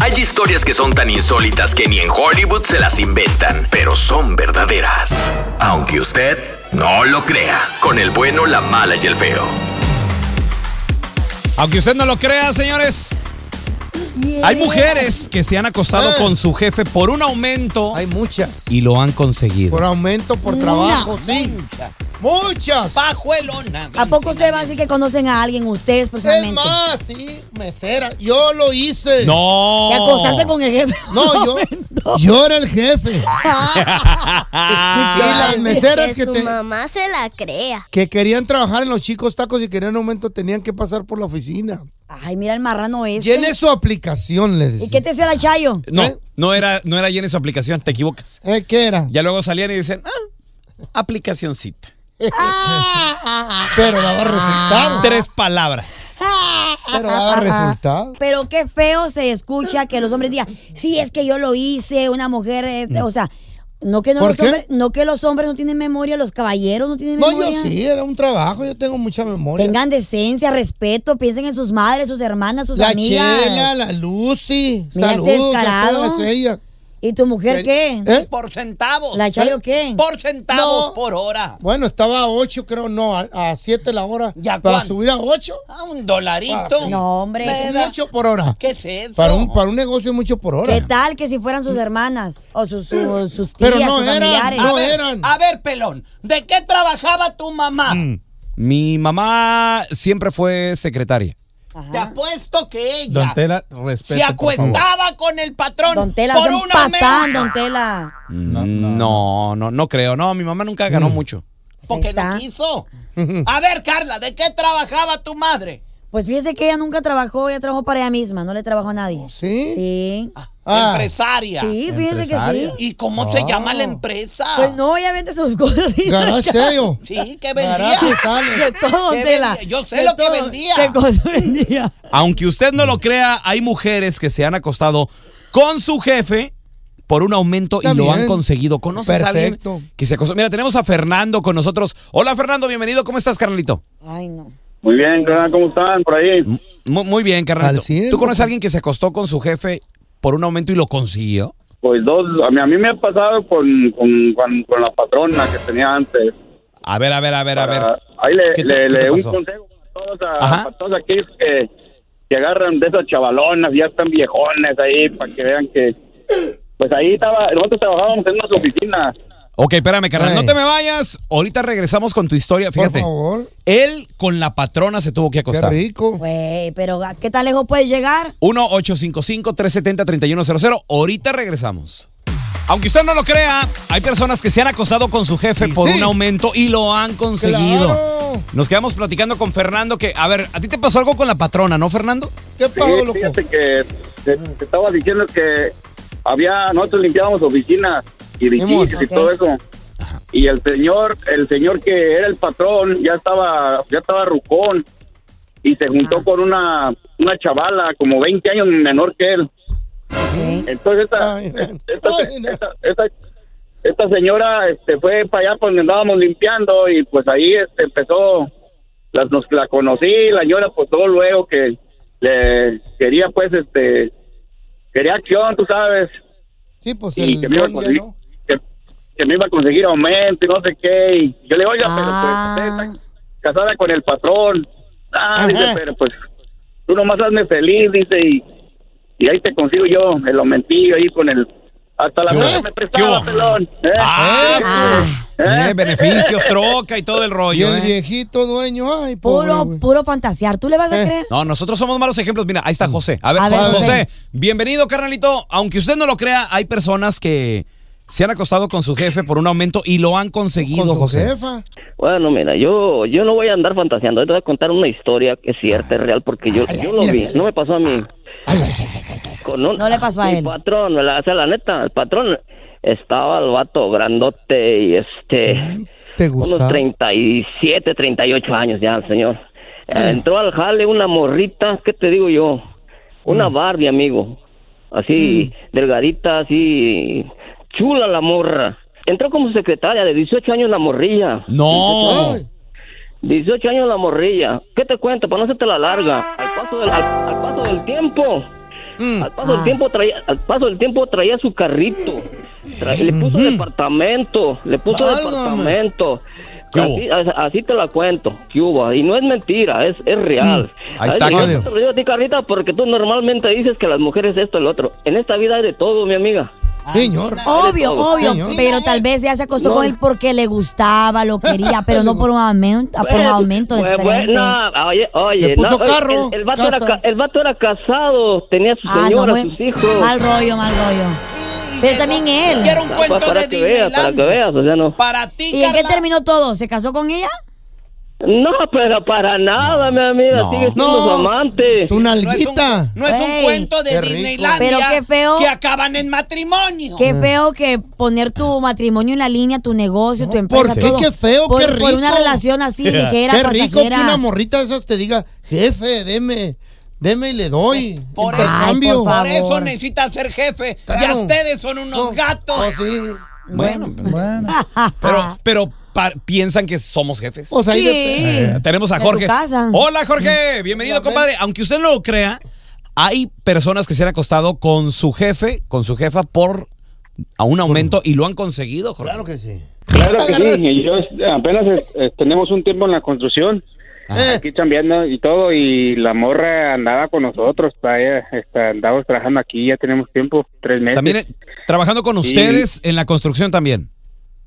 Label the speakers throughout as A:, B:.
A: Hay historias que son tan insólitas que ni en Hollywood se las inventan, pero son verdaderas. Aunque usted no lo crea, con el bueno, la mala y el feo.
B: Aunque usted no lo crea, señores,
C: Bien.
B: hay mujeres que se han acostado
C: Ah.
B: con su jefe por un aumento
C: Hay muchas.
B: y lo han conseguido.
C: Por aumento, por
D: No.
C: trabajo, sí. Muchas.
D: ¿A poco ustedes van a decir que conocen a alguien, ustedes
C: Es
D: personalmente?
C: más, sí, mesera. Yo lo hice.
B: No.
D: ¿Te acostaste con el jefe?
C: No, yo, yo era el jefe. Y las meseras que,
E: su
C: te,
E: mamá se la crea.
C: que querían trabajar en los chicos tacos y querían aumento tenían que pasar por la oficina.
D: Ay, mira el marrano este.
C: Llene su aplicación, le decía.
D: ¿Y qué te hacía la Chayo?
B: No,
C: ¿Eh?
B: no era, no era llena su aplicación, te equivocas.
C: Eh, ¿Qué era?
B: Ya luego salían y dicen, ah, aplicacioncita.
C: Pero daba resultados.
B: Tres palabras.
C: Pero daba resultados.
D: Pero qué feo se escucha que los hombres digan, sí, es que yo lo hice, una mujer, este", o sea, no que, no,
C: Mm. ¿Por
D: los
C: qué?
D: hombres, no que los hombres no tienen memoria, los caballeros no tienen
C: No,
D: memoria.
C: yo sí, era un trabajo, yo tengo mucha memoria.
D: Tengan decencia, respeto, piensen en sus madres, sus hermanas, sus
C: la
D: amigas.
C: Chela, la Lucy,
D: Mira,
C: saludos a
D: descarado.
C: todas ellas.
D: ¿Y tu mujer qué?
C: ¿Eh?
B: Por centavos.
D: ¿La Chayo qué?
B: Por centavos
C: No.
B: por hora.
C: Bueno, estaba a 8, creo, no, a, a 7 la hora.
B: ¿Y a
C: para
B: cuánto?
C: subir a 8,
B: Ah, un dolarito.
D: No, hombre.
B: Me da-
C: mucho por hora.
B: ¿Qué es eso?
C: Para un, para un negocio es mucho por
D: ¿Qué
C: hora.
D: tal que si fueran sus hermanas o sus, su- sus tías,
C: Pero no
D: sus
C: eran,
D: familiares?
C: no
B: A ver,
C: eran.
B: A ver, pelón, ¿de qué trabajaba tu mamá?
F: Mm.
B: Mi mamá siempre fue secretaria.
D: Ajá.
B: Te apuesto que ella
F: Don Tela, respete,
B: se
F: por favor.
B: acuestaba con el patrón
D: Don Tela,
B: por
D: hace un
B: una
D: patán,
B: mesa.
D: Don Tela.
B: Mm, No, no, Mm. no, no creo. No, mi mamá nunca ganó mucho.
D: Ahí
B: Porque
D: está.
B: no quiso. A ver, Carla, ¿de qué trabajaba tu madre?
D: Pues fíjese que ella nunca trabajó, ella trabajó para ella misma, no le trabajó a nadie.
C: ¿Sí?
D: Sí.
C: Ah.
B: Empresaria.
D: Sí, fíjese que sí.
F: Empresaria.
B: ¿Y cómo
F: Ah.
B: se llama la empresa?
D: Pues no, ella vende sus cosas. y-
C: Garage sello.
B: Sí, que vendía.
C: Garage sale.
D: De todo,
B: ¿Qué
D: don Tela.
B: vendía? Yo sé
D: De
B: lo que
D: todo.
B: vendía.
D: ¿Qué cosa vendía?
B: Aunque usted no
C: Mm.
B: lo crea, hay mujeres que se han acostado con su jefe por un aumento
C: Está
B: y lo
C: bien.
B: han conseguido. ¿Conoces a
C: Perfecto.
B: alguien que se acostó? Mira, tenemos a Fernando con nosotros. Hola, Fernando, bienvenido. ¿Cómo estás, Carlito?
D: Ay, no.
G: Muy bien, ¿cómo cómo están por ahí?
B: M- Muy, muy bien,
C: Al
B: Carlito.
C: cien,
B: ¿Tú conoces
C: papá.
B: a alguien que se acostó con su jefe por un aumento y lo consiguió?
G: Pues dos, a mí, a mí me ha pasado con, con, con- con la patrona que tenía antes.
B: A ver, a ver, a ver, a ver.
G: Para- ahí le,
B: ¿Qué te-
G: le,
B: qué te
G: le- un
B: pasó?
G: consejo para todos, a-
B: Ajá.
G: para todos aquellos que, que agarran de esas chavalonas, ya están viejones ahí, para que vean que... Pues ahí estaba, nosotros trabajábamos en unas oficinas.
B: Ok, espérame, carnal, no
C: Ey.
B: te me vayas. Ahorita regresamos con tu historia.
C: Por
B: Fíjate,
C: favor.
B: él con la patrona se tuvo que
C: Qué
B: acostar.
C: rico.
D: Güey, pero ¿a ¿qué tan lejos puedes llegar?
B: 1-855-370-3100. Ahorita regresamos. Aunque usted no lo crea, hay personas que se han acostado con su jefe
C: Y
B: por
C: sí.
B: un aumento y lo han conseguido.
C: Claro.
B: Nos quedamos platicando con Fernando que, a ver, a ti te pasó algo con la patrona, ¿no, Fernando?
C: ¿Qué
G: Sí,
C: pasó, loco?
G: fíjate que te, te estaba diciendo que había, nosotros limpiábamos oficinas y edificios y
D: Ok.
G: todo eso. Y el señor, el señor que era el patrón, ya estaba, ya estaba rucón y se juntó
D: Ajá.
G: con una, una chavala como 20 años menor que él.
D: Ok.
G: Entonces esta,
C: Ay,
G: esta,
C: ay, no.
G: esta- esta- esta señora este, fue para allá donde andábamos limpiando y pues ahí este, empezó, las, nos, la conocí, la señora pues todo luego que le quería pues este, quería acción, tú sabes,
C: Sí, pues
G: y
C: el
G: que me, iba a
C: don ya
G: conseguir,
C: no.
G: que, que me iba a conseguir aumento y no sé qué, y yo le digo, oiga,
D: Ah.
G: pero pues usted está casada con el patrón, ah,
C: Ajá.
G: dice, pero pues tú nomás hazme feliz, dice, y, y ahí te consigo yo el aumentillo ahí con el... Hasta la
C: ¿Qué?
G: plata me prestaba,
B: ¿Qué hubo?
G: pelón. ¿eh?
B: ¡Ah!
D: Ah,
B: su-
G: ¿Eh?
B: eh, beneficios, troca y todo el
C: Y
B: rollo.
C: el
B: ¿eh?
C: viejito dueño, ay, pobre.
D: puro,
C: güey.
D: puro fantasear. ¿Tú le vas a
C: Eh.
D: creer?
B: No, nosotros somos malos ejemplos. Mira, ahí
C: Mm.
B: está José. A ver,
D: A ver,
B: José, bienvenido, carnalito. Aunque usted no lo crea, hay personas que se han acostado con su jefe por un aumento y lo han
C: Con
B: conseguido,
C: su
B: José.
C: jefa.
H: Bueno, mira, yo, yo no voy a andar fantaseando. Hoy te voy a contar una historia que es cierta, es real, porque yo, yo lo vi. No me pasó a mí. Con un-
D: No le pasó a
H: mi
D: él.
H: patrón, la, o sea, la neta, el patrón estaba el vato grandote y este...
C: ¿Te
H: Unos
C: gusta?
H: 37, 38 años ya, el señor. Eh, Entró al jale una morrita, ¿qué te digo yo? Una Barbie, amigo. Así, delgadita, así, chula la morra. Entró como secretaria de 18 años la morrilla.
B: No.
C: Ay,
H: 18 Pues años la morrilla. ¿Qué te cuento? Para no hacerte la larga. Al paso del, al- al paso del tiempo,
B: Mm.
H: Al paso
B: Ah.
H: del tiempo traía, al paso del tiempo traía su carrito. Tra- le puso departamento, le puso
C: Válgame.
H: departamento.
B: ¿Qué hubo?
H: Así, as- así te la cuento, que hubo. Y no es mentira, es, es real.
B: Mm. Ahí
H: A
B: está,
H: ver,
B: Claudio.
H: yo te lo digo a ti, Carlita, porque tú normalmente dices que las mujeres esto, el otro. En esta vida hay de todo, mi amiga.
C: Señor.
B: Ah,
D: Obvio, obvio,
C: Señor.
D: pero tal vez ya se acostó
H: No.
D: con él porque le gustaba, lo quería, pero no por un aumento, Ah, por un
H: Pues,
D: aumento Ah,
H: pues,
D: necesariamente.
H: bueno, oye, oye,
C: Le puso
H: oye,
C: carro,
H: el, el vato era,
C: casa.
H: ca- el vato era casado, tenía a su
D: Ah, no,
H: señora,
D: bueno.
H: sus hijos.
D: Mal rollo, mal rollo. Pero también él.
B: Quiero un
H: Ah,
B: cuento
H: para
B: de
H: que veas, para que
B: Disneyland.
H: veas, o sea, no.
B: Para ti,
D: ¿Y en qué
B: Carla.
D: terminó todo? ¿Se casó con ella?
H: No, pero para nada, mi amiga,
B: No.
H: sigue siendo su
C: No,
H: amante.
C: es una
B: No es un,
C: alguita.
B: no es un
D: Ey,
B: cuento de
C: qué rico.
B: Disneyland.
D: Pero qué feo.
B: Que acaban en matrimonio.
D: Qué feo que poner tu matrimonio en la línea, tu negocio, tu
C: ¿por
D: empresa,
C: qué?
D: todo.
C: Qué feo,
D: por,
C: qué
D: Por una
C: rico.
D: relación así ligera,
C: Qué rico que
D: pasajera.
C: una morrita de esas te diga, jefe, deme, deme y le doy.
B: Por,
C: Te
B: eso-
D: Ay,
C: cambio.
D: Eh, por
B: por eso
D: favor.
B: necesitas ser jefe.
C: Claro.
B: Y ustedes son unos
C: No,
B: gatos.
D: Oh,
C: pues sí.
B: Bueno, pues,
D: Ah.
B: pero, pero pa- piensan que somos jefes.
C: Pues ahí
D: Sí.
C: depende.
B: Eh, tenemos a
D: En
B: Jorge.
D: tu casa.
B: Hola, Jorge. Bienvenido, compadre. Aunque usted no lo crea, hay personas que se han acostado con su jefe, con su jefa, por a un aumento y lo han conseguido, Jorge.
C: Claro que sí.
G: Claro que sí, y yo eh, apenas eh, tenemos un tiempo en la construcción,
D: Ah.
C: Eh,
G: aquí chambeando y todo, y la morra andaba con nosotros, está, eh, está- andamos trabajando aquí, ya tenemos tiempo, tres meses.
B: También eh, trabajando con
G: Sí.
B: ustedes en la construcción también.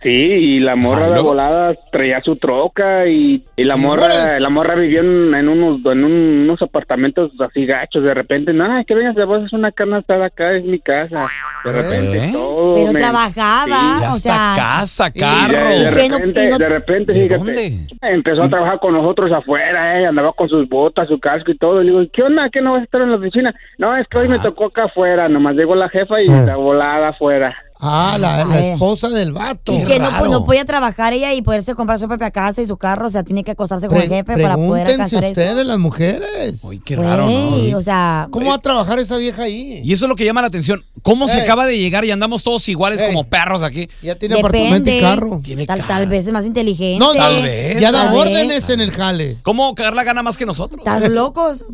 G: Sí, y la morra
B: Ajá, ¿y
G: de
B: luego?
G: volada traía su troca y, y la
C: Y
G: morra,
C: órale.
G: la morra vivió en, en unos en un- unos apartamentos así gachos, de repente, no, es que vengas de vos, es una canasta de acá, es mi casa. De repente
B: ¿Eh?
G: todo.
D: Pero
G: me-
D: trabajaba,
B: Ya
D: Ah, o
B: hasta
D: sea,
B: casa,
C: y-
G: Y de-
B: carro.
G: De,
D: Y que no-
G: repente,
D: y no-
G: de repente,
B: ¿De
G: fíjate,
B: dónde?
G: empezó a trabajar con nosotros afuera, eh, andaba con sus botas, su casco y todo. Y le digo, ¿qué onda? ¿Qué no vas a estar en la oficina? No, es que hoy me tocó acá afuera, ah, nomás llegó la jefa y la volada afuera.
C: ah, la, la
D: Ay.
C: esposa del vato.
B: Qué
D: que no, pues,
B: raro.
D: no podía trabajar ella y poderse comprar su propia casa y su carro, o sea, tiene que acostarse con
C: Pre-
D: el jefe para poder
C: pregúntense
D: alcanzar eso.
C: ustedes, las mujeres.
B: Uy, qué raro, ¿no?
D: Güey, Pues, O sea,
C: ¿Cómo va a trabajar esa vieja ahí?
B: Y eso es lo que llama la atención. ¿Cómo se
C: Ey.
B: acaba de llegar y andamos todos iguales
C: Ey.
B: como perros aquí?
C: Ya tiene apartamento y carro.
B: Tiene
D: tal,
B: cara.
D: tal vez es más inteligente.
C: No,
B: Tal
C: no,
B: vez.
C: ya da
D: Tal vez.
C: órdenes en el jale.
B: ¿Cómo Carla gana más que nosotros?
D: ¿Estás locos?